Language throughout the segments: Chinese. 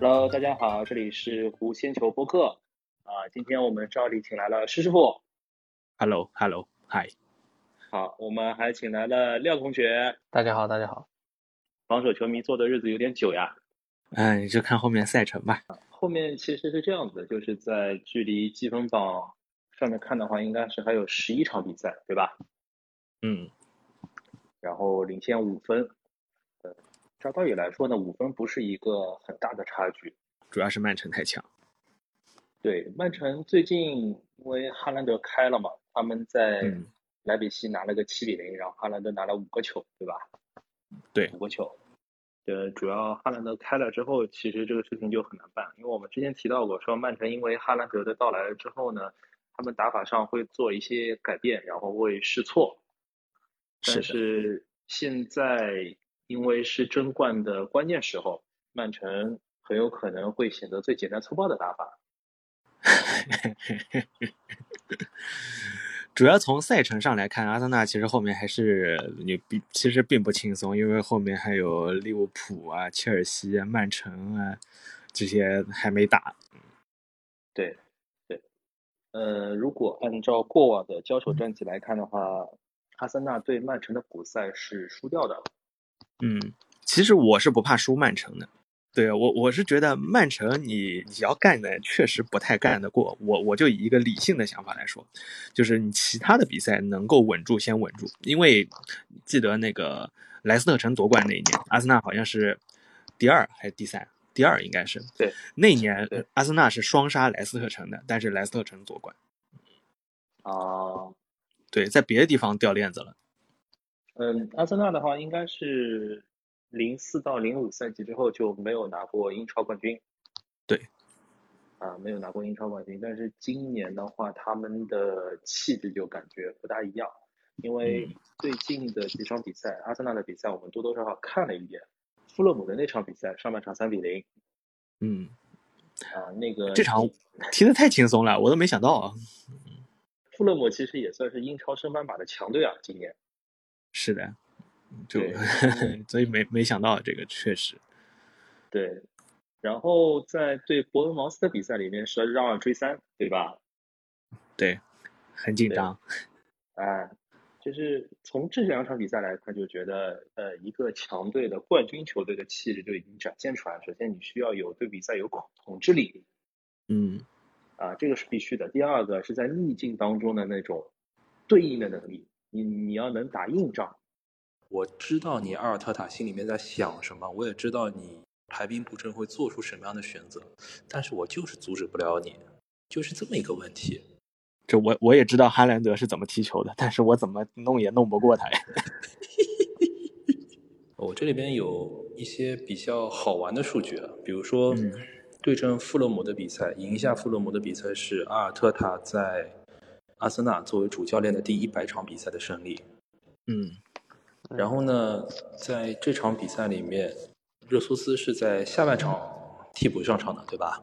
Hello，大家好，这里是狐仙球播客啊、今天我们照例请来了施师傅， Hello，Hello，嗨，好，我们还请来了廖同学。大家好，大家好。防守球迷坐的日子有点久呀。嗯，你就看后面赛程吧。后面其实是这样子的，就是在距离积分榜上面看的话，应该是还有十一场比赛，对吧？嗯，然后领先五分。呃，照道理来说呢，五分不是一个很大的差距。主要是曼城太强。对，曼城最近因为哈兰德开了嘛，他们在嗯莱比锡拿了个七比零，然后哈兰德拿了五个球，对吧？对五个球。呃，主要哈兰德开了之后，其实这个事情就很难办，因为我们之前提到过，说曼城因为哈兰德的到来之后呢，他们打法上会做一些改变，然后会试错。但是的，是现在因为是争冠的关键时候，曼城很有可能会选择最简单粗暴的打法。主要从赛程上来看，阿森纳其实后面还是你并其实并不轻松，因为后面还有利物浦啊、切尔西啊、曼城啊这些还没打。对，对，呃，如果按照过往的交手战绩来看的话，阿森纳对曼城的补赛是输掉的。嗯，其实我是不怕输曼城的。对我，我是觉得曼城你你要干的确实不太干得过我。我就以一个理性的想法来说，就是你其他的比赛能够稳住先稳住，因为记得那个莱斯特城夺冠那一年，阿森纳好像是第二还是第三？第二应该是对，那年对阿森纳是双杀莱斯特城的，但是莱斯特城夺冠，啊，对，在别的地方掉链子了。嗯，阿森纳的话应该是零四到零五赛季之后就没有拿过英超冠军。对。啊，没有拿过英超冠军，但是今年的话，他们的气质就感觉不大一样，因为嗯最近的几场比赛，阿森纳的比赛我们多多少少看了一眼，富勒姆的那场比赛，上半场三比零，嗯，啊，那个这场踢得太轻松了，我都没想到啊。富勒姆其实也算是英超升班马的强队啊，今年。是的，就 对所以没没想到这个确实，对，然后在对伯恩茅斯的比赛里面是让二追三，对吧？对，很紧对张。哎，就是从这两场比赛来看，就觉得呃，一个强队的冠军球队的气质就已经展现出来了。首先，你需要有对比赛有统统治力嗯，啊，这个是必须的。第二个是在逆境当中的那种对应的能力，你你要能打硬仗。我知道你阿尔特塔心里面在想什么，我也知道你排兵布阵会做出什么样的选择，但是我就是阻止不了你，就是这么一个问题。这我我也知道哈兰德是怎么踢球的，但是我怎么弄也弄不过他呀。我这里边有一些比较好玩的数据啊，比如说、嗯对阵富勒姆的比赛，赢下富勒姆的比赛是阿尔特塔在阿森纳作为主教练的第一百场比赛的胜利。嗯，然后呢，在这场比赛里面，热苏斯是在下半场替补上场的，对吧？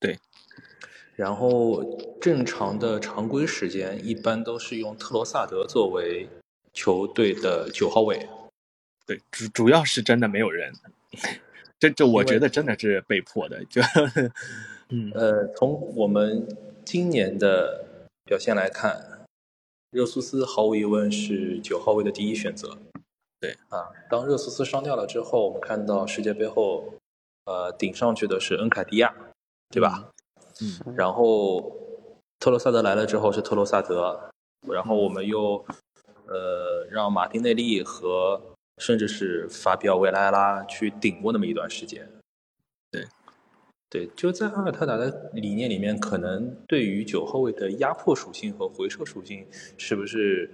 对。然后正常的常规时间一般都是用特罗萨德作为球队的九号位，对，主主要是真的没有人， 这这我因为觉得真的是被迫的，就 嗯呃，从我们今年的表现来看，热苏斯毫无疑问是九号位的第一选择。对啊，当热苏斯伤掉了之后，我们看到世界杯后，呃，顶上去的是恩凯迪亚，对吧？嗯然后特罗萨德来了之后是特罗萨德，嗯然后我们又呃让马丁内利和甚至是法比奥维莱拉去顶过那么一段时间。对，就在阿尔特塔的理念里面，可能对于九后卫的压迫属性和回撤属性，是不是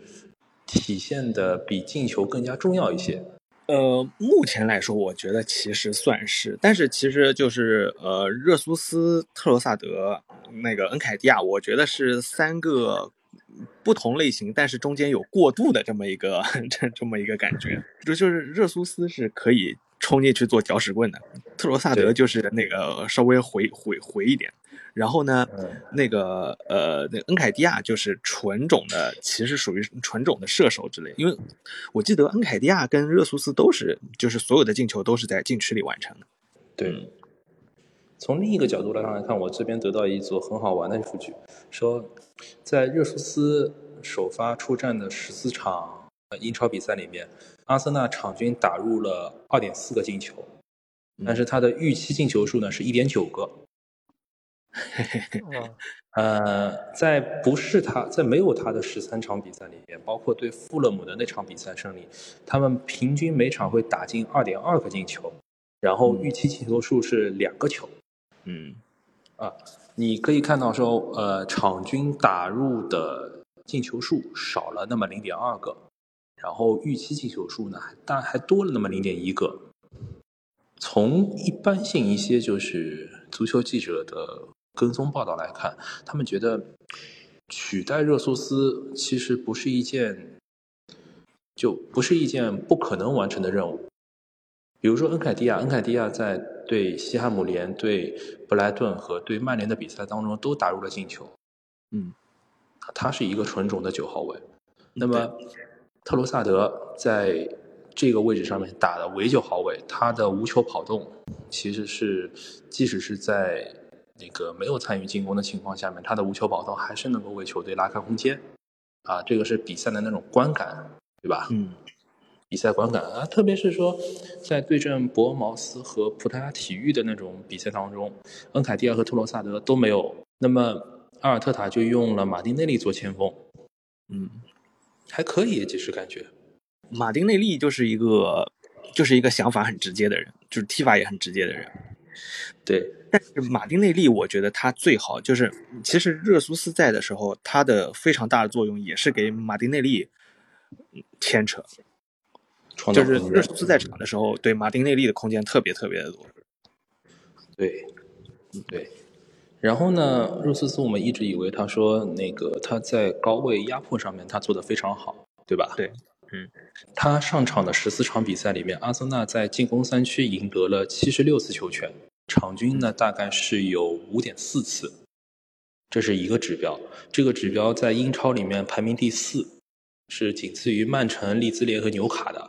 体现的比进球更加重要一些？呃，目前来说，我觉得其实算是，但是其实就是呃，热苏斯、特罗萨德、那个恩凯迪亚，我觉得是三个不同类型，但是中间有过渡的这么一个 这这么一个感觉。就就是热苏斯是可以冲进去做搅屎棍的，特罗萨德对就是那个稍微回回回一点，然后呢，嗯，那个呃，那个恩凯迪亚就是纯种的，其实属于纯种的射手之类。因为我记得恩凯迪亚跟热苏斯都是，就是所有的进球都是在禁区里完成的。对。从另一个角度来上来看，我这边得到一组很好玩的数据，说在热苏斯首发出战的十四场呃英超比赛里面，阿森纳场均打入了二点四个进球，但是他的预期进球数呢是一点九个。嗯哦呃，在不是他，在没有他的十三场比赛里面，包括对富勒姆的那场比赛胜利，他们平均每场会打进二点二个进球，然后预期进球数是两个球。嗯啊，你可以看到说，呃，场均打入的进球数少了那么零点二个，然后预期进球数呢，还大还多了那么零点一个。从一般性一些就是足球记者的跟踪报道来看，他们觉得取代热苏斯其实不是一件，就不是一件不可能完成的任务。比如说恩凯迪亚，恩凯迪亚在对西汉姆联、对布莱顿和对曼联的比赛当中都打入了进球，嗯，他是一个纯种的九号位。那么特罗萨德在这个位置上面打的伪九号位，他的无球跑动其实是，即使是在那个没有参与进攻的情况下面，他的无球跑动还是能够为球队拉开空间，啊，这个是比赛的那种观感，对吧？嗯比赛观感啊，特别是说在对阵博恩茅斯和葡萄牙体育的那种比赛当中，恩凯蒂亚和特罗萨德都没有，那么阿尔特塔就用了马丁内利做前锋，嗯，还可以，其实感觉，马丁内利就是一个就是一个想法很直接的人，就是踢法也很直接的人。对，但是马丁内利，我觉得他最好就是，其实热苏斯在的时候，他的非常大的作用也是给马丁内利嗯牵扯，创造就是空热间，苏斯在场的时候，对马丁内利的空间特别特别的多。对，嗯对。然后呢，热苏斯我们一直以为他说那个他在高位压迫上面他做的非常好，对吧？对，嗯，他上场的十四场比赛里面，阿森纳在进攻三区赢得了七十六次球权，场均呢大概是有五点四次，这是一个指标。这个指标在英超里面排名第四，是仅次于曼城、利兹联和纽卡嗯的。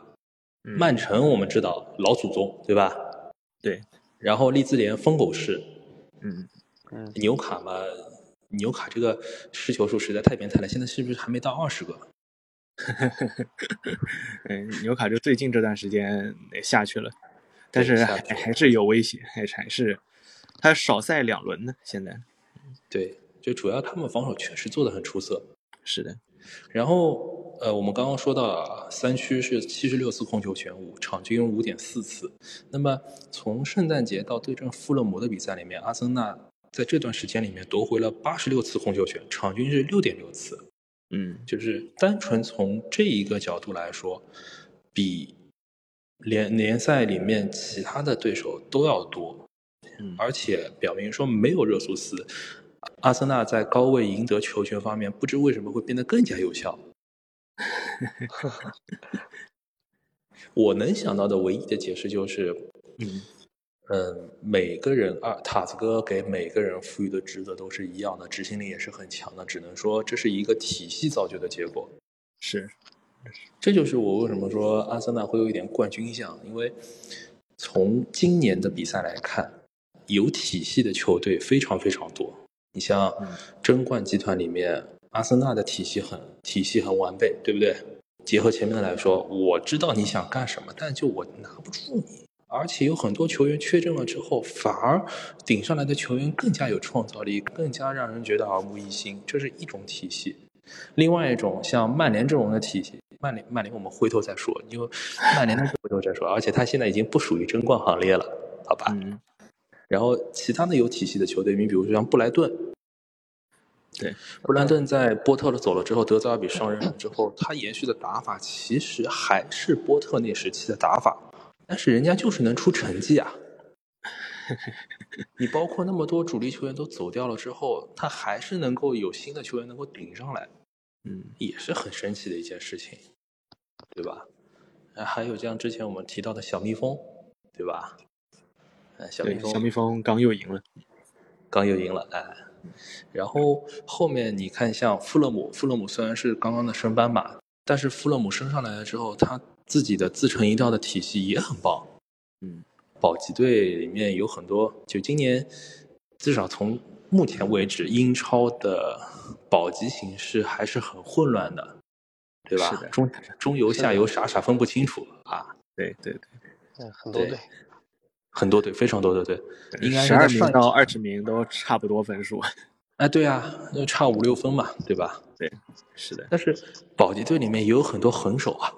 曼城我们知道老祖宗，对吧？对，然后利兹联疯狗式，嗯，纽卡嘛，纽卡这个失球数实在太变态了，现在是不是还没到二十个？嗯，纽卡就最近这段时间也下去了，但对是下还去了还是有威胁，还是还是他少赛两轮呢。现在对，就主要他们防守确实做得很出色。是的，然后呃，我们刚刚说到了三区是七十六次控球权，五场均五点四次。那么从圣诞节到对阵富勒姆的比赛里面，阿森纳在这段时间里面夺回了八十六次控球权，场均是六点六次。嗯就是单纯从这一个角度来说，比联联赛里面其他的对手都要多，嗯而且表明说没有热苏斯，阿森纳在高位赢得球权方面，不知为什么会变得更加有效。我能想到的唯一的解释就是，嗯嗯，每个人啊，塔斯哥给每个人赋予的职责都是一样的，执行力也是很强的，只能说这是一个体系造就的结果。是这就是我为什么说阿森纳会有一点冠军相，因为从今年的比赛来看，有体系的球队非常非常多。你像嗯争冠集团里面，阿森纳的体系很体系很完备，对不对？结合前面的来说，我知道你想干什么，但就我拿不住你。而且有很多球员缺阵了之后，反而顶上来的球员更加有创造力，更加让人觉得耳目一新。这是一种体系。另外一种像曼联这种的体系，曼联曼联我们回头再说，因为曼联的回头再说，而且他现在已经不属于争冠行列了，好吧？嗯然后其他的有体系的球队，你比如说像布莱顿，对，布莱顿在波特走了之后，德泽尔比上任了之后，他延续的打法其实还是波特那时期的打法，但是人家就是能出成绩 啊。你包括那么多主力球员都走掉了之后，他还是能够有新的球员能够顶上来。嗯也是很神奇的一件事情，对吧？啊，还有像之前我们提到的小蜜蜂，对吧？哎，小蜜对，蜂小蜜蜂刚又赢了，刚又赢了，哎。然后后面你看，像富勒姆，富勒姆虽然是刚刚的升班马，但是富勒姆升上来了之后，他自己的自成一套的体系也很棒，嗯，保级队里面有很多，就今年至少从目前为止，英超的保级形势还是很混乱的，对吧？是的中中游、下游傻傻分不清楚啊，对对对，嗯，很多对队，很多队，非常多的队，应该是十二在名上一到二十名都差不多分数。哎，对啊，就差五六分嘛，对吧？是的，但是保级队里面也有很多狠手啊，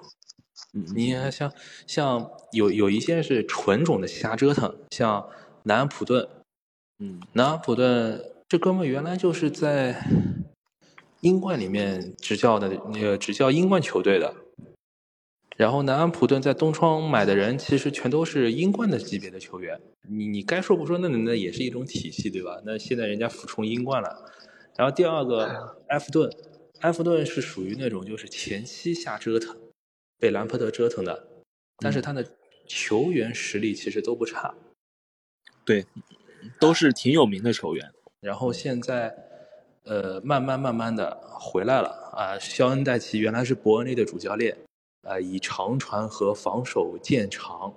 嗯，你看像像有有一些是纯种的瞎折腾，像南安普顿，嗯南安普顿这哥们原来就是在英冠里面执教的，那个执教英冠球队的。然后南安普顿在东窗买的人，其实全都是英冠的级别的球员。你你该说不说，那那也是一种体系，对吧？那现在人家服从英冠了。然后第二个埃弗顿，埃弗顿是属于那种就是前期瞎折腾，被兰帕德折腾的，但是他的球员实力其实都不差。对，都是挺有名的球员。然嗯后现在，呃，慢慢慢慢的回来了啊。肖恩戴奇原来是伯恩利的主教练，啊，以长传和防守见长，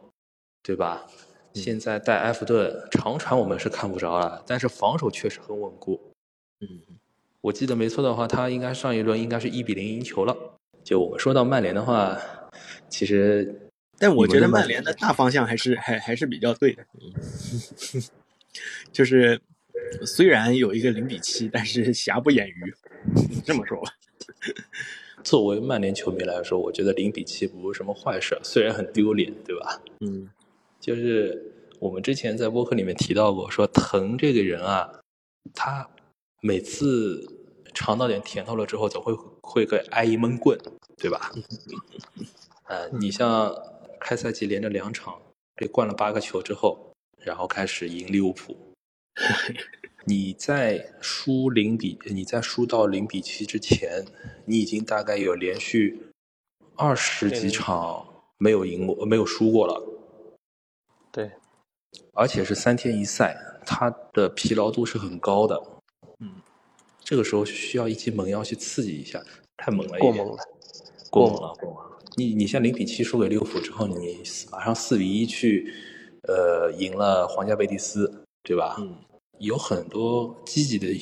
对吧？嗯现在带埃弗顿，长传我们是看不着了，但是防守确实很稳固。嗯，我记得没错的话，他应该上一轮应该是一比零赢球了。就我们说到曼联的话，其实但我你们觉得的曼曼联的大方向还是还还是比较对的， 嗯就是虽然有一个零比七，但是瑕不掩瑜，这么说吧。作为曼联球迷来说，我觉得零比七不是什么坏事，虽然很丢脸，对吧？嗯就是我们之前在播客里面提到过，说藤这个人啊，他每次尝到点甜头了之后，总会会给挨一闷棍，对吧？呃，你像开赛季连着两场被灌了八个球之后，然后开始赢利物浦，你在输零比，你在输到零比七之前，你已经大概有连续二十几场没有赢过，没有输过了。对，而且是三天一赛，他的疲劳度是很高的。嗯，这个时候需要一剂猛药去刺激一下，太猛了一过点，猛了，过猛了，过猛了。你你像零比七输给利物浦之后，你马上四比一去，呃，赢了皇家贝蒂斯，对吧？嗯，有很多积极的一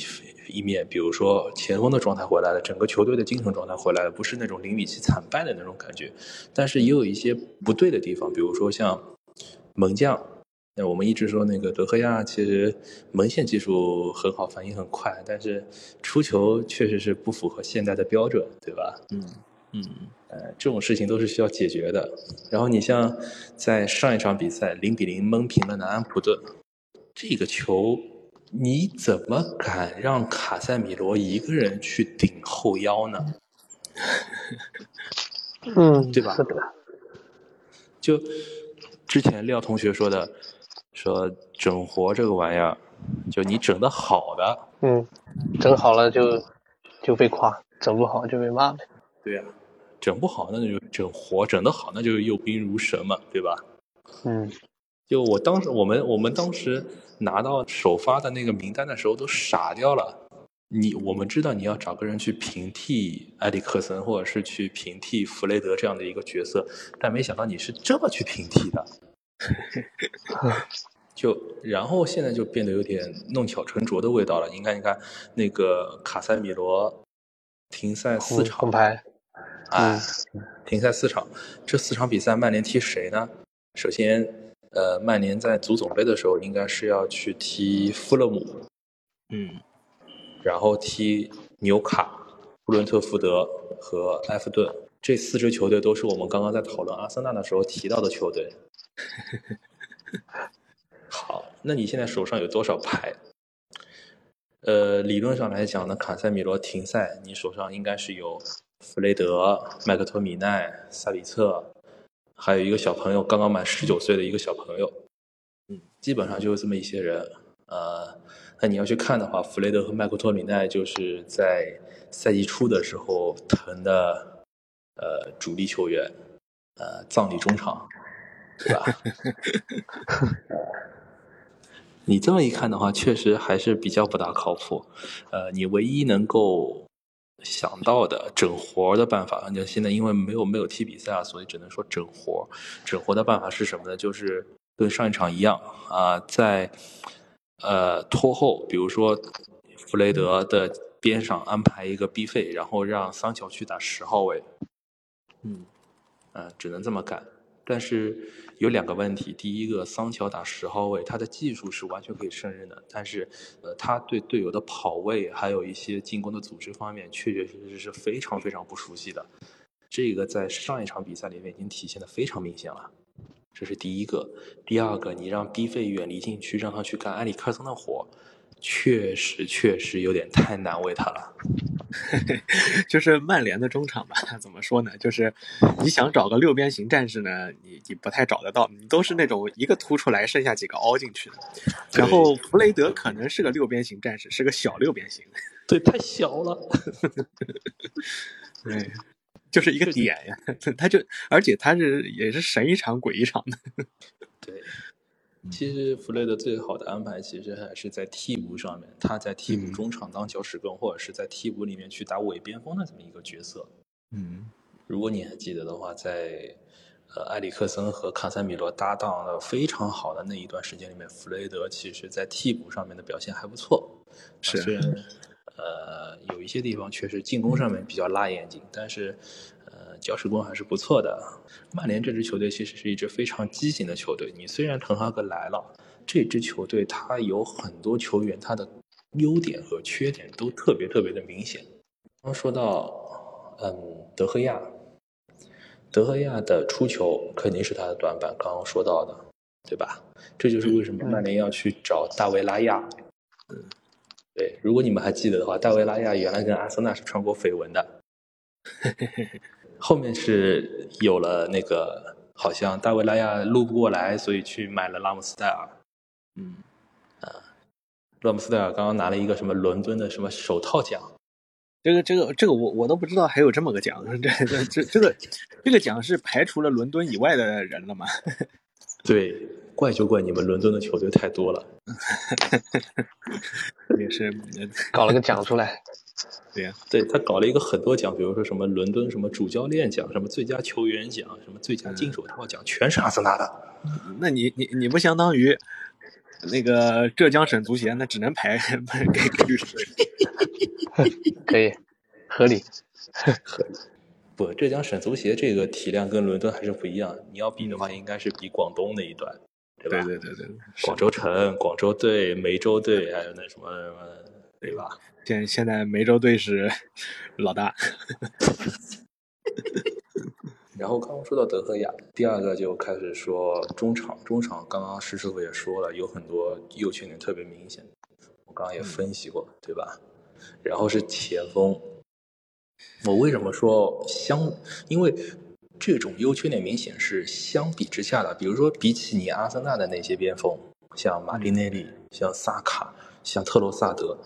一面，比如说前锋的状态回来了，整个球队的精神状态回来了，不是那种零比七惨败的那种感觉。但是也有一些不对的地方，比如说像门将，那我们一直说那个德赫亚其实门线技术很好，反应很快，但是出球确实是不符合现代的标准，对吧？嗯，呃，这种事情都是需要解决的。然后你像在上一场比赛零比零闷平了南安普顿，这个球你怎么敢让卡塞米罗一个人去顶后腰呢？嗯，对吧是的，就之前廖同学说的，说整活这个玩意儿，就你整的好的，嗯，整好了就就被夸，整不好就被骂呗。对呀、整不好那就整活，整得好那就是用兵如神嘛，对吧？嗯，就我当时，我们我们当时拿到首发的那个名单的时候都傻掉了。你我们知道你要找个人去平替埃里克森，或者是去平替弗雷德这样的一个角色，但没想到你是这么去平替 的。就然后现在就变得有点弄巧成拙的味道了。你看，你看那个卡塞米罗停赛四红场红，牌，哎，停赛四场，这四场比赛曼联踢谁呢？首先，呃，曼联在足总杯的时候应该是要去踢富勒姆，嗯，然后踢纽卡、布伦特福德和埃弗顿。这四支球队都是我们刚刚在讨论阿森纳的时候提到的球队。好，那你现在手上有多少牌？呃，理论上来讲呢，卡塞米罗停赛，你手上应该是有弗雷德、麦克托米奈、萨里策，还有一个小朋友，刚刚满十九岁的一个小朋友。嗯，基本上就是这么一些人。呃，那你要去看的话，弗雷德和麦克托米奈就是在赛季初的时候疼的，呃，主力球员，呃，葬礼中场，对吧？ 呃你这么一看的话，确实还是比较不大靠谱。呃，你唯一能够想到的整活儿的办法，就现在因为没有没有踢比赛啊，所以只能说整活儿。整活儿的办法是什么呢？就是跟上一场一样啊、在呃拖后，比如说弗雷德的边上安排一个逼费，然后让桑乔去打十号位，嗯，呃，只能这么干。但是有两个问题，第一个，桑乔打十号位，他的技术是完全可以胜任的，但是，呃，他对队友的跑位还有一些进攻的组织方面，确确实实是非常非常不熟悉的。这个在上一场比赛里面已经体现的非常明显了，这是第一个。第二个，你让 B 费远离禁区，让他去干埃里克森的活，确实确实有点太难为他了。就是曼联的中场吧， 怎么说呢？就是你想找个六边形战士呢，你你不太找得到，你都是那种一个突出来，剩下几个凹进去的。对然后弗雷德可能是个六边形战士，是个小六边形，对，太小了。对，就是一个点呀。他就而且他是也是神一场鬼一场的， 对，其实弗雷德最好的安排其实还是在替补上面，他在替补嗯中场当搅屎棍，或者是在替补里面去打伪边锋的这么一个角色。嗯如果你还记得的话，在呃埃里克森和卡塞米罗搭档的非常好的那一段时间里面，弗雷德其实在替补上面的表现还不错。啊是虽然呃有一些地方确实进攻上面比较辣眼睛，但是呃搅屎棍还是不错的。曼联这支球队其实是一支非常畸形的球队。你虽然滕哈格来了，这支球队它有很多球员，他的优点和缺点都特别特别的明显。刚说到，嗯，德赫亚，德赫亚的出球肯定是他的短板，刚刚说到的，对吧？这就是为什么曼联要去找大卫拉亚。嗯对，如果你们还记得的话，大卫拉亚原来跟阿森纳是传过绯闻的，后面是有了那个，好像大卫拉亚录不过来，所以去买了拉姆斯戴尔。啊嗯，拉姆斯戴尔刚刚拿了一个什么伦敦的什么手套奖，这个这个这个我我都不知道还有这么个奖， 这这这这个这个奖是排除了伦敦以外的人了吗？对，怪就怪你们伦敦的球队太多了。也是，呃搞了个奖出来，对呀、对他搞了一个很多奖，比如说什么伦敦什么主教练奖、什么最佳球员奖、什么最佳金手套奖，全是阿森纳的。那你你你不相当于那个浙江省足协，那只能排 给给律师。可以，合理。不，浙江省足协这个体量跟伦敦还是不一样。你要比的话，应该是比广东那一段，对吧？对对对对，是广州城、广州队、梅州队，还有那什么什么，对吧？现现在梅州队是老大，然后刚刚说到德赫亚，第二个就开始说中场，中场刚刚石师傅也说了，有很多优缺点特别明显，我刚刚也分析过，对吧？然后是前锋，我为什么说相？因为这种优缺点明显是相比之下的，比如说比起你阿森纳的那些边锋，像马丁内利、像萨卡、像特洛萨德，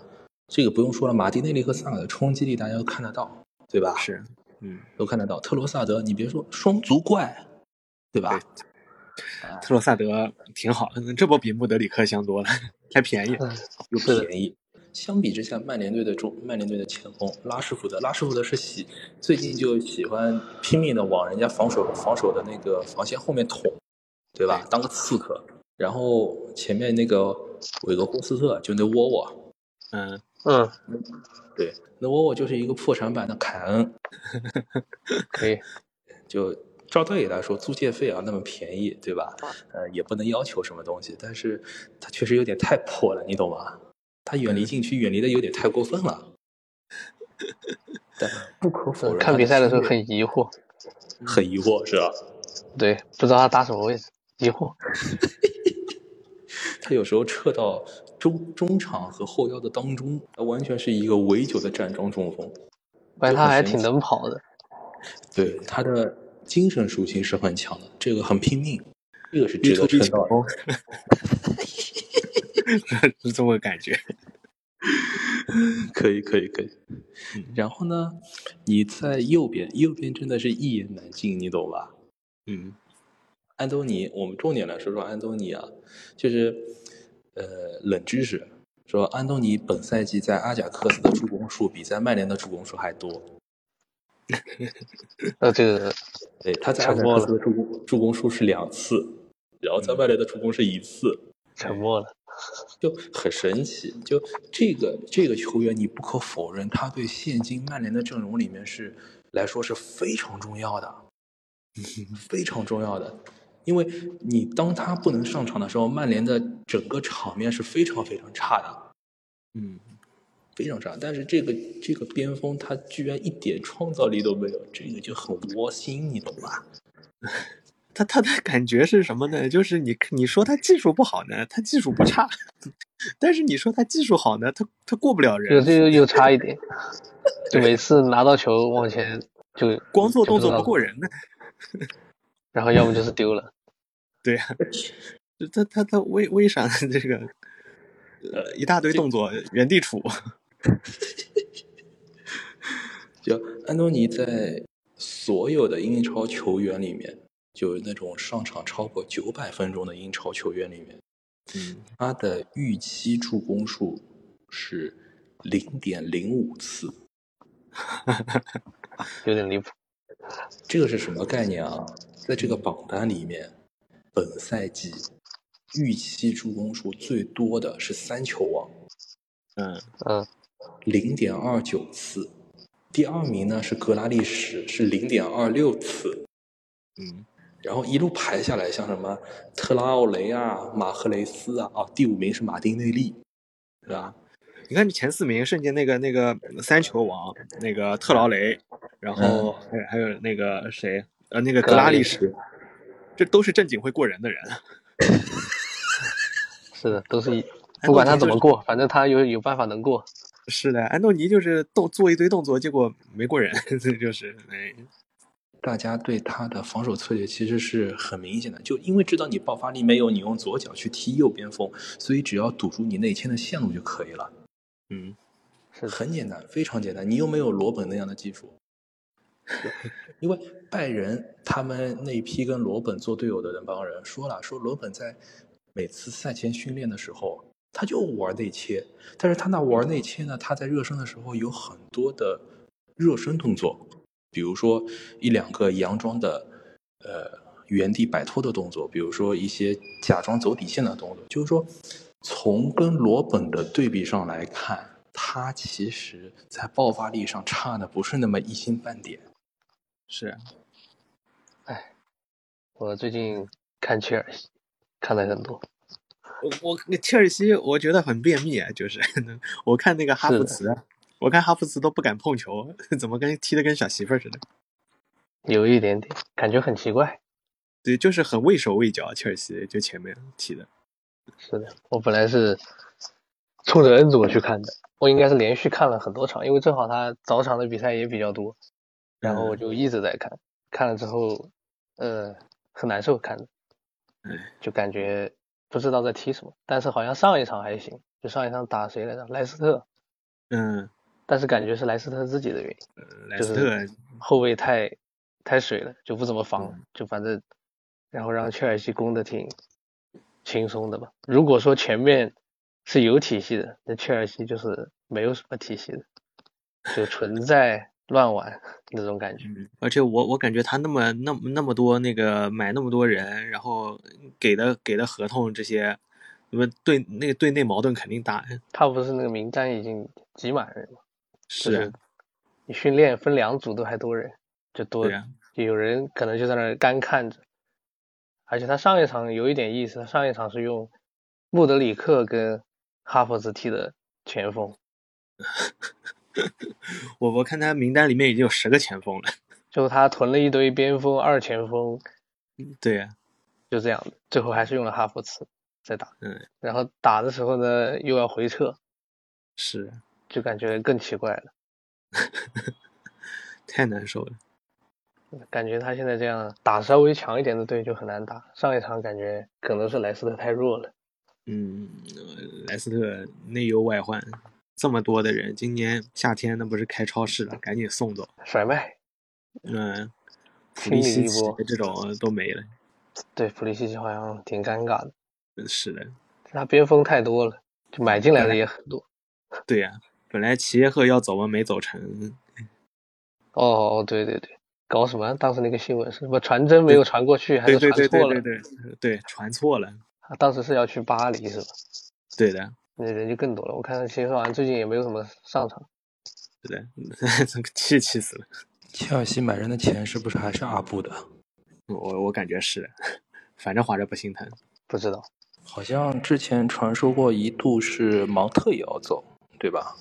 这个不用说了，马丁内利和萨卡的冲击力大家都看得到，对吧？是，嗯，都看得到。特罗萨德，你别说双足怪，啊对吧？特洛萨德挺好，这不比穆德里克香多了，还便宜。嗯，又便宜。相比之下，曼联队的中曼联队的前锋拉什福德，拉什福德是喜最近就喜欢拼命的往人家防守防守的那个防线后面捅，对吧？当个刺客。然后前面那个韦格霍斯特就那窝窝，嗯，嗯，对，那窝窝就是一个破产版的凯恩，可以，就照道理来说，租借费啊那么便宜，对吧？啊呃，也不能要求什么东西，但是它确实有点太破了，你懂吗？它远嗯离禁区，远离的有点太过分了。但不可否认，看比赛的时候他很疑惑，确实很疑惑，是吧？对，不知道他打什么位置，疑惑。他有时候撤到中中场和后腰的当中，他完全是一个围九的站桩中锋。发现他还挺就很神奇能跑的，对他的精神属性是很强的，这个很拼命，这个是值得 B2B 称道哦的。 是这么个感觉。可以，可以，可以。然后呢，你在右边，右边真的是一言难尽，你懂吧？嗯安东尼，我们重点来说说安东尼啊，就是呃冷知识，说安东尼本赛季在阿贾克斯的助攻数比在曼联的助攻数还多。呃，这个对，他在阿超贾过克斯的助攻助攻数是两次，然后在外来的助攻是一次，沉默了。就很神奇。就这个这个球员，你不可否认，他对现今曼联的阵容里面是来说是非常重要的，嗯非常重要的。因为你当他不能上场的时候，曼联的整个场面是非常非常差的，嗯，非常差。但是这个这个边锋他居然一点创造力都没有，这个就很窝心，你懂吧？他他他感觉是什么呢？就是你你说他技术不好呢，他技术不差； 但是你说他技术好呢，他他过不了有人，这个有差一 点，就每次拿到球往前就光做动作不就知道过人呢。然后要么就是丢了，对呀、就他他他为为啥呢这个呃一大堆动作原地杵？就安东尼在所有的英超球员里面，就那种上场超过九百分钟的英超球员里面，嗯，他的预期助攻数是零点零五次。有点离谱。这个是什么概念啊？在这个榜单里面，本赛季预期助攻数最多的是三球王，嗯，嗯，零点二九次。第二名呢是格拉利什，是零点二六次。嗯，然后一路排下来，像什么特拉奥雷啊、马赫雷斯啊，哦，第五名是马丁内利，对吧？你看这前四名，剩下那个那个三球王，那个特劳雷，然后还有还有那个谁呃那个嗯格格拉拉利利什，这都是正经会过人的人。 是的，都是一安不管东他尼哎怎就么是过，反正他有有办法能过。是的，安东尼就是动做一堆动作，结果没过人， 这就是哎，大家对他的防守策略其实是很明显的，就因为知道你爆发力没有，你用左脚去踢右边锋，所以只要堵住你内切的线路就可以了，嗯，是的，很简单，非常简单。你又没有罗本那样的技术，因为拜仁他们那一批跟罗本做队友的那帮人说了，说罗本在每次赛前训练的时候，他就玩内切，但是他那玩内切呢，他在热身的时候有很多的热身动作，比如说一两个佯装的呃原地摆脱的动作，比如说一些假装走底线的动作，就是说从跟罗本的对比上来看。他其实，在爆发力上差的不是那么一星半点，是我最近看切尔西看了很多，我我切尔西我觉得很便秘，啊，就是 我看那个哈弗茨，我看哈弗茨都不敢碰球， 怎么跟踢得跟小媳妇儿似的？有一点点感觉很奇怪。对，就是很畏手畏脚，啊切尔西就前面踢的，是的，我本来是冲着恩佐去看的，我应该是连续看了很多场，因为正好他早场的比赛也比较多，然后我就一直在看，看了之后，呃，很难受看的哎，就感觉不知道在踢什么，但是好像上一场还行，就上一场打谁来着？莱斯特，嗯，但是感觉是莱斯特自己的原因，莱就斯是特后卫太太水了，就不怎么防了，就反正然后让切尔西攻的挺轻松的吧。如果说前面是有体系的，那切尔西就是没有什么体系的，就纯在乱玩 那种感觉。嗯，而且我我感觉他那么那么那么多那个买那么多人，然后给的给的合同这些，那么对那个对内矛盾肯定大， 他不是那个名单已经挤满人了，就是啊是你训练分两组都还多人，就多对啊就有人可能就在那儿干看着。而且他上一场有一点意思，他上一场是用穆德里克跟哈弗茨踢的前锋，我我看他名单里面已经有十个前锋了， 就他囤了一堆边锋、二前锋，对啊呀、就这样的，最后还是用了哈弗茨在打，嗯，然后打的时候呢又要回撤，是就感觉更奇怪了，太难受了，感觉他现在这样打稍微强一点的队就很难打，上一场感觉可能是莱斯特太弱了，嗯，呃莱斯特内忧外患，这么多的人，今年夏天那不是开超市了，赶紧送走，甩卖，嗯，普清利理西一奇波，这种都没了，对普利西奇好像挺尴尬的，嗯是的，他边锋太多了，就买进来的也很多，对啊呀、本来齐耶赫要走嘛，没走成，哦哦对对对，搞什么？当时那个新闻是什么传真没有传过去，还对是对对传对错对了？对对，传错了，啊当时是要去巴黎是吧？对的，那人就更多了。我看秦少安最近也没有什么上场，对的， 气气死了，切尔西买人的钱是不是还是阿布的？我我感觉是，反正华着不心疼，不知道。好像之前传说过一度是芒特也要走，对吧？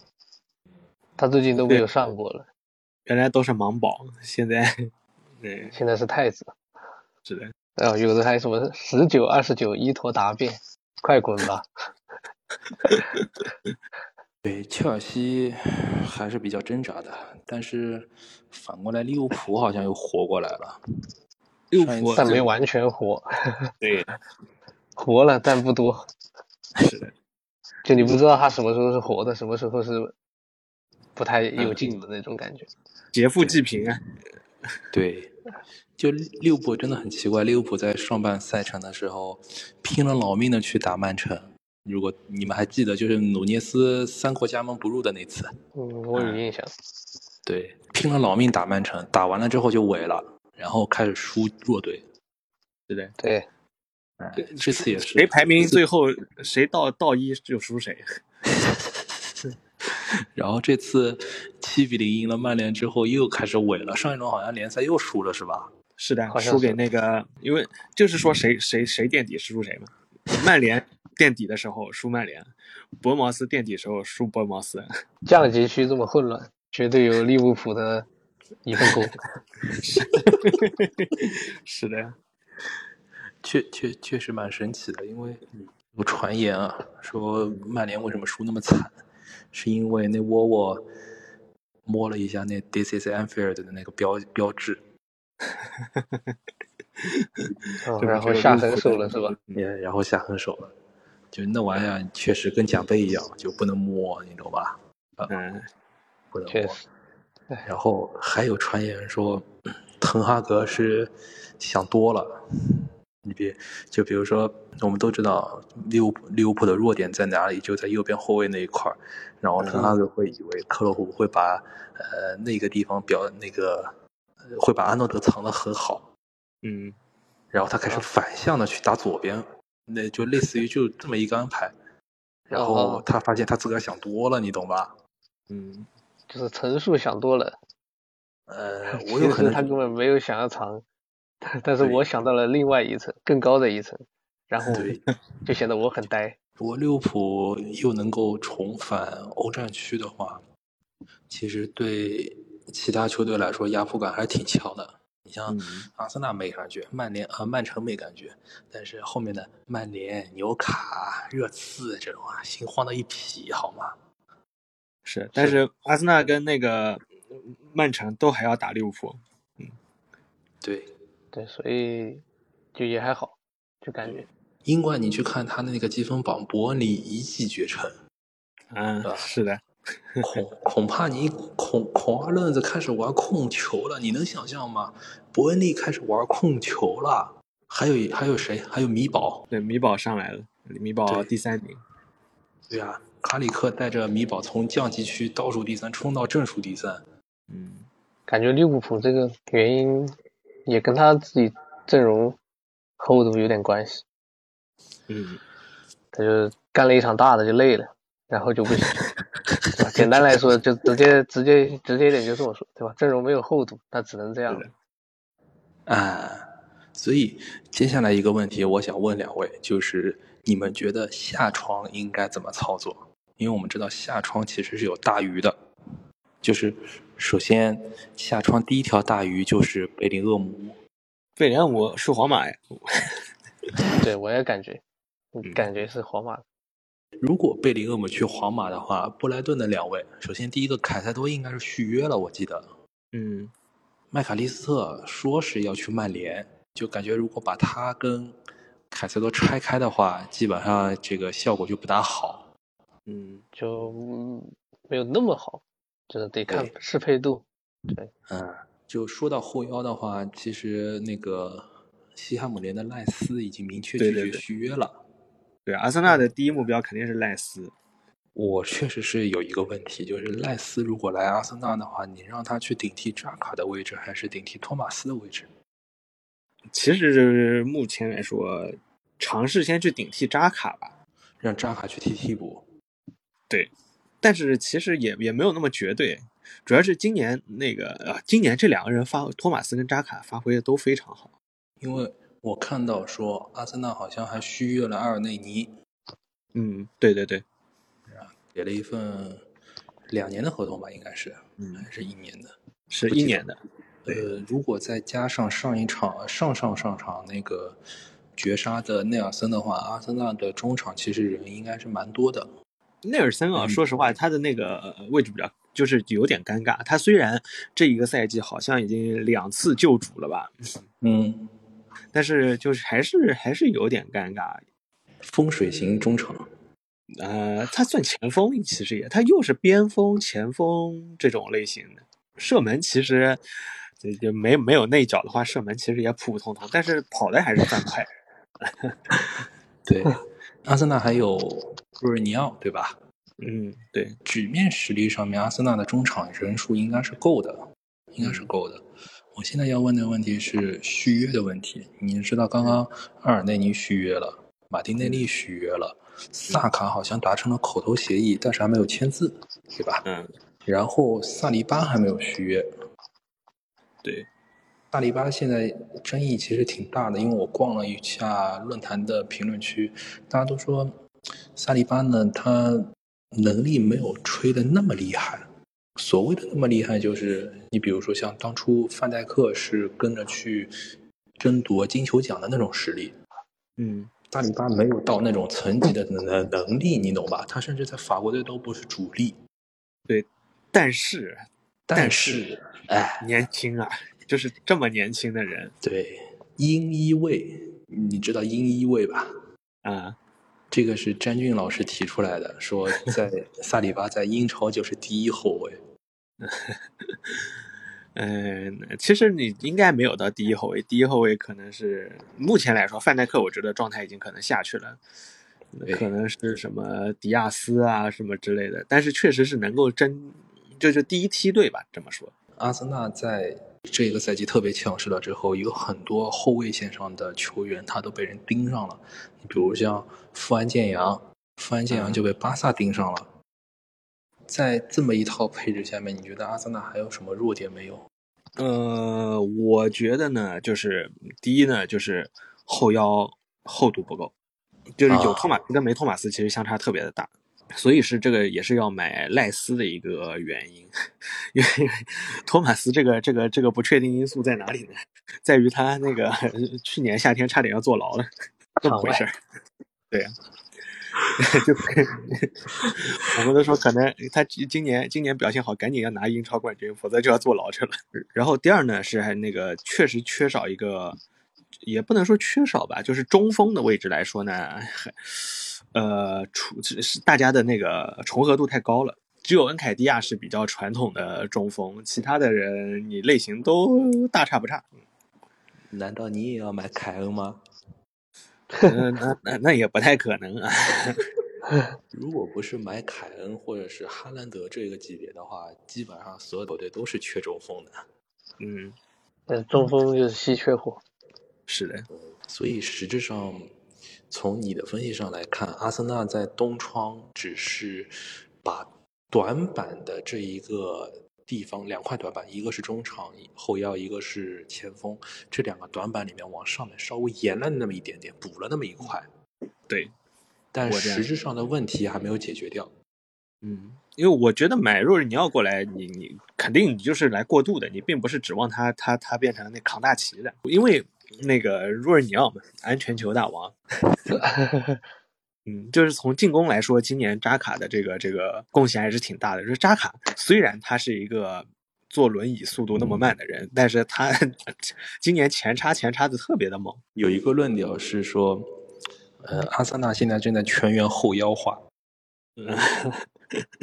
他最近都没对有上过了，原来都是盲宝，现在，对，现在是太子。是的，然后有的还什么十九、二十九一坨答辩，快滚吧！对，切尔西还是比较挣扎的，但是反过来利物浦好像又活过来了。六上一浦次但没完全 活，对，活了但不多。是的，就你不知道他什么时候是活的，什么时候是不太嗯有劲的那种感觉。劫富济贫啊，对，就利物浦真的很奇怪，利物浦在上半赛程的时候拼了老命的去打曼城。如果你们还记得，就是努涅斯三国加盟不入的那次，嗯，我有印象。对，拼了老命打曼城，打完了之后就萎了，然后开始输弱队。是的，对，哎，这次也是谁排名最后谁到到一就输谁，然后这次七比零赢了曼联之后又开始萎了，上一轮好像联赛又输了是吧？是的，好像输给是那个，因为就是说谁谁谁垫底输谁嘛，曼联垫底的时候输曼联，博茅斯垫底时候输博茅斯， 降级区这么混乱，绝对有利物浦的一份 嗯功。是的，确确确实蛮神奇的，因为有传言啊说曼联为什么输那么惨，是因为那沃沃摸了一下那 DCC Anfield 的那个标标志，嗯，这不然后就下利物狠浦手的了是吧？也然后下狠手了。就那玩意儿确实跟奖杯一样，就不能摸，你懂吧？嗯，不能确摸。实，然后还有传言说，滕哈格是想多了。你别就比如说，我们都知道利物浦利物浦的弱点在哪里，就在右边后卫那一块儿。然后滕哈格会以为克洛普会把呃那个地方表那个呃会把安诺德藏得很好，嗯，然后他开啊始反向的去打左边，那就类似于就这么一个安排。然后哦他发现他自个儿想多了，你懂吧？嗯，就是陈述想多了，呃，我有其可实能他根本没有想要藏， 但但是对我想到了另外一层更高的一层，然后对就显得我很呆。如果利物浦又能够重返欧战区的话，其实对其他球队来说压迫感还是挺强的。你像嗯阿森纳没感觉，曼联呃曼城没感觉，但是后面的曼联、纽卡、热刺这种啊，心慌的一匹，好吗？是，但是阿森纳跟那个曼城都还要打利物浦，对，对，所以就也还好，就感觉英冠你去看他的那个积分榜，伯恩利一骑绝尘，嗯，是的，恐恐怕你恐恐阿论子开始玩控球了，你能想象吗？伯恩利开始玩控球了，还有还有谁？还有米堡，对，米堡上来了，米堡对第三名，对呀、卡里克带着米堡从降级区倒数第三冲到正数第三，嗯，感觉利物浦这个原因也跟他自己阵容厚度有点关系，嗯，他就干了一场大的就累了，然后就不行，对吧？简单来说，就直接直接直接一点就这么说，对吧？阵容没有厚度，他只能这样是了。的，啊，所以接下来一个问题，我想问两位，就是你们觉得下窗应该怎么操作？因为我们知道下窗其实是有大鱼的，就是首先下窗第一条大鱼就是贝林厄姆。贝林厄姆输皇马呀，对，我也感觉，嗯嗯感觉是皇马。如果贝林厄姆去皇马的话，布莱顿的两位，首先第一个凯塞多应该是续约了，我记得嗯，麦卡利斯特说是要去曼联，就感觉如果把他跟凯塞多拆开的话，基本上这个效果就不大好。嗯，就嗯没有那么好，就是得看对适配度。嗯，就说到后腰的话，其实那个西汉姆联的赖斯已经明确对拒对绝对续约了。对，阿森纳的第一目标肯定是赖斯，我确实是有一个问题，就是赖斯如果来阿森纳的话，你让他去顶替扎卡的位置，还是顶替托马斯的位置？其实就是目前来说，尝试先去顶替扎卡吧。让扎卡去踢替补？但是其实也也没有那么绝对，主要是今年那个啊，今年这两个人发托马斯跟扎卡发挥的都非常好。因为我看到说阿森纳好像还续约了阿尔内尼，嗯，对对对，给了一份两年的合同吧，应该是，嗯，还是一年的。是不记一得年的，呃，如果再加上上一场、上上上场那个绝杀的内尔森的话，阿森纳的中场其实人应该是蛮多的。内尔森啊，说实话，他的那个呃位置比较就是有点尴尬。他虽然这一个赛季好像已经两次救主了吧，嗯，但是就是还是还是有点尴尬。风水型中场，呃，他算前锋，其实也，他又是边锋、前锋这种类型的射门，其实这就没没有内角的话，射门其实也普普通通，但是跑的还是算快。对，阿森纳还有布尔尼奥，对吧？嗯，对，纸面实力上面，阿森纳的中场人数应该是够的，应该是够的。我现在要问的问题是续约的问题。你知道，刚刚阿尔内尼续约了，马丁内利续约了，萨卡好像达成了口头协议，但是还没有签字，对吧？嗯，然后萨利巴还没有续约，对，萨利巴现在争议其实挺大的，因为我逛了一下论坛的评论区，大家都说萨利巴呢，他能力没有吹的那么厉害。所谓的那么厉害，就是你比如说像当初范戴克是跟着去争夺金球奖的那种实力，嗯，萨利巴没有到那种层级的能能力，你懂吧？他甚至在法国队都不是主力，但是但但是，哎，年轻啊，就是这么年轻的人对，英一卫，你知道英一卫吧？啊、这个是詹俊老师提出来的，说在 萨里巴在英超就是第一后卫。嗯，其实你应该没有到第一后卫，第一后卫可能是目前来说，范戴克我觉得状态已经可能下去了，对可能是什么迪亚斯啊什么之类的，但是确实是能够争，就是第一梯队吧，这么说。阿森纳在这个赛季特别强势了之后，有很多后卫线上的球员他都被人盯上了，你比如像富安健洋，富安健洋就被巴萨盯上了。在这么一套配置下面，你觉得阿森纳还有什么弱点没有？呃，我觉得呢，就是第一呢，就是后腰厚度不够，就是有啊托马斯跟没托马斯其实相差特别的大，所以是这个也是要买赖斯的一个原因，因为托马斯这个这个这个不确定因素在哪里呢？在于他那个去年夏天差点要坐牢了，这么回事儿。对呀、啊 就是 我们都说可能他今今年今年表现好，赶紧要拿英超冠军，否则就要坐牢去了。 然后第二呢是还那个确实缺少一个，也不能说缺少吧，就是中锋的位置来说呢，还呃，除是大家的那个重合度太高了。只有恩凯迪亚是比较传统的中锋，其他的人你类型都大差不差。难道你也要买凯恩吗？嗯，那那那也不太可能啊。如果不是买凯恩或者是哈兰德这个级别的话，基本上所有球队都是缺中锋的。嗯，但是呃中锋就是稀缺货， 是的，所以实质上，从你的分析上来看，阿森纳在东窗只是把短板的这一个地方两块短板，一个是中场后腰，一个是前锋，这两个短板里面往上面稍微延了那么一点点，补了那么一块，对，但我这样实质上的问题还没有解决掉。嗯，因为我觉得买若日尼奥过来，你你肯定你就是来过渡的，你并不是指望他他他变成那扛大旗的，因为那个若日尼奥嘛，安全球大王，嗯，就是从进攻来说，今年扎卡的这个这个贡献还是挺大的。就是扎卡虽然他是一个坐轮椅速度那么慢的人，但是他今年前插前插的特别的猛，有一个论调是说，呃，阿森纳现在正在全员后腰化，嗯，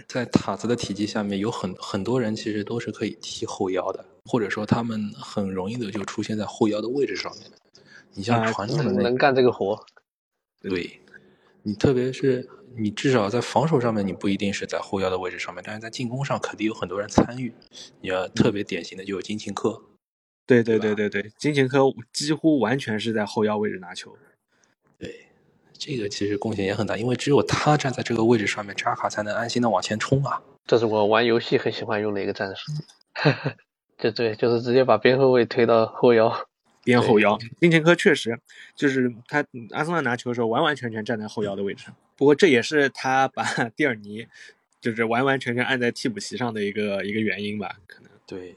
在塔子的体系下面，有很很多人其实都是可以踢后腰的，或者说他们很容易的就出现在后腰的位置上面。你像啊传统的能那能干这个活，对，你特别是你至少在防守上面，你不一定是在后腰的位置上面，但是在进攻上肯定有很多人参与。你要特别典型的就有金琴科，对对对对对对，金琴科几乎完全是在后腰位置拿球。对，这个其实贡献也很大，因为只有他站在这个位置上面，扎卡才能安心的往前冲啊。这是我玩游戏很喜欢用的一个战术。 就对，就是直接把边后卫推到后腰。边后腰，金琴科确实就是他阿森纳拿球的时候完完全全站在后腰的位置上。不过这也是他把 蒂尔尼就是完完全全按在替补席上的一个一个原因吧，可能。对，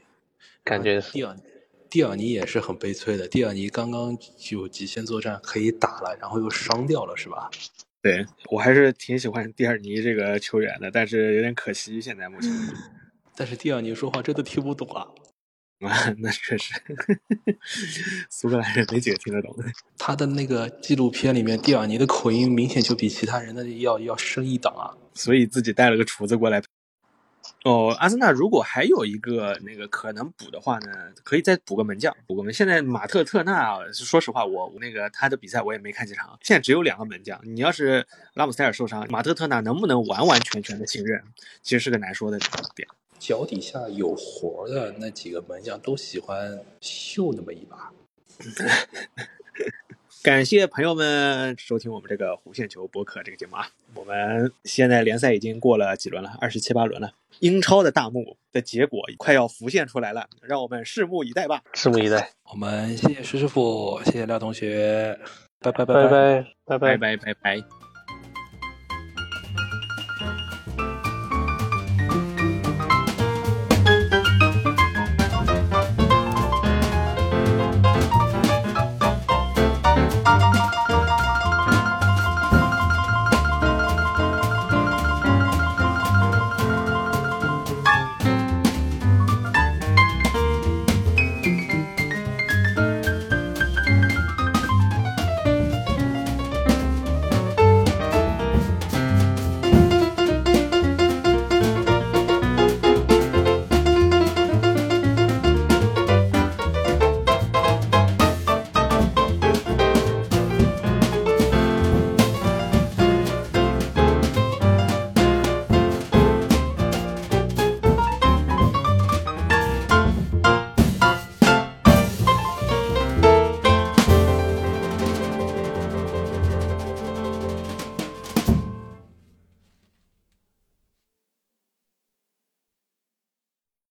感觉是蒂尔蒂尔尼也是很悲催的，蒂尔尼刚刚有极限作战可以打了，然后又伤掉了，是吧？对我还是挺喜欢蒂尔尼这个球员的，但是有点可惜，现在目前但是蒂尔尼说话真的听不懂啊， 啊，那确实， 苏格兰人没几个听得懂的。他的那个纪录片里面，蒂尔尼的口音明显就比其他人的要要深一档啊。所以自己带了个厨子过来。哦，阿森纳如果还有一个那个可能补的话呢，可以再补个门将，补个门。现在马特特纳，啊说实话，我我那个他的比赛我也没看几场，现在只有两个门将。你要是拉姆塞尔受伤，马特特纳能不能完完全全的信任，其实是个难说的点。脚底下有活儿的那几个门将都喜欢秀那么一把。感谢朋友们收听我们这个弧线球播客这个节目啊！我们现在联赛已经过了几轮了，二十七八轮了，英超的大幕的结果快要浮现出来了，让我们拭目以待吧。拭目以待。我们谢谢石师傅，谢谢廖同学，拜拜拜拜拜拜拜拜拜拜拜。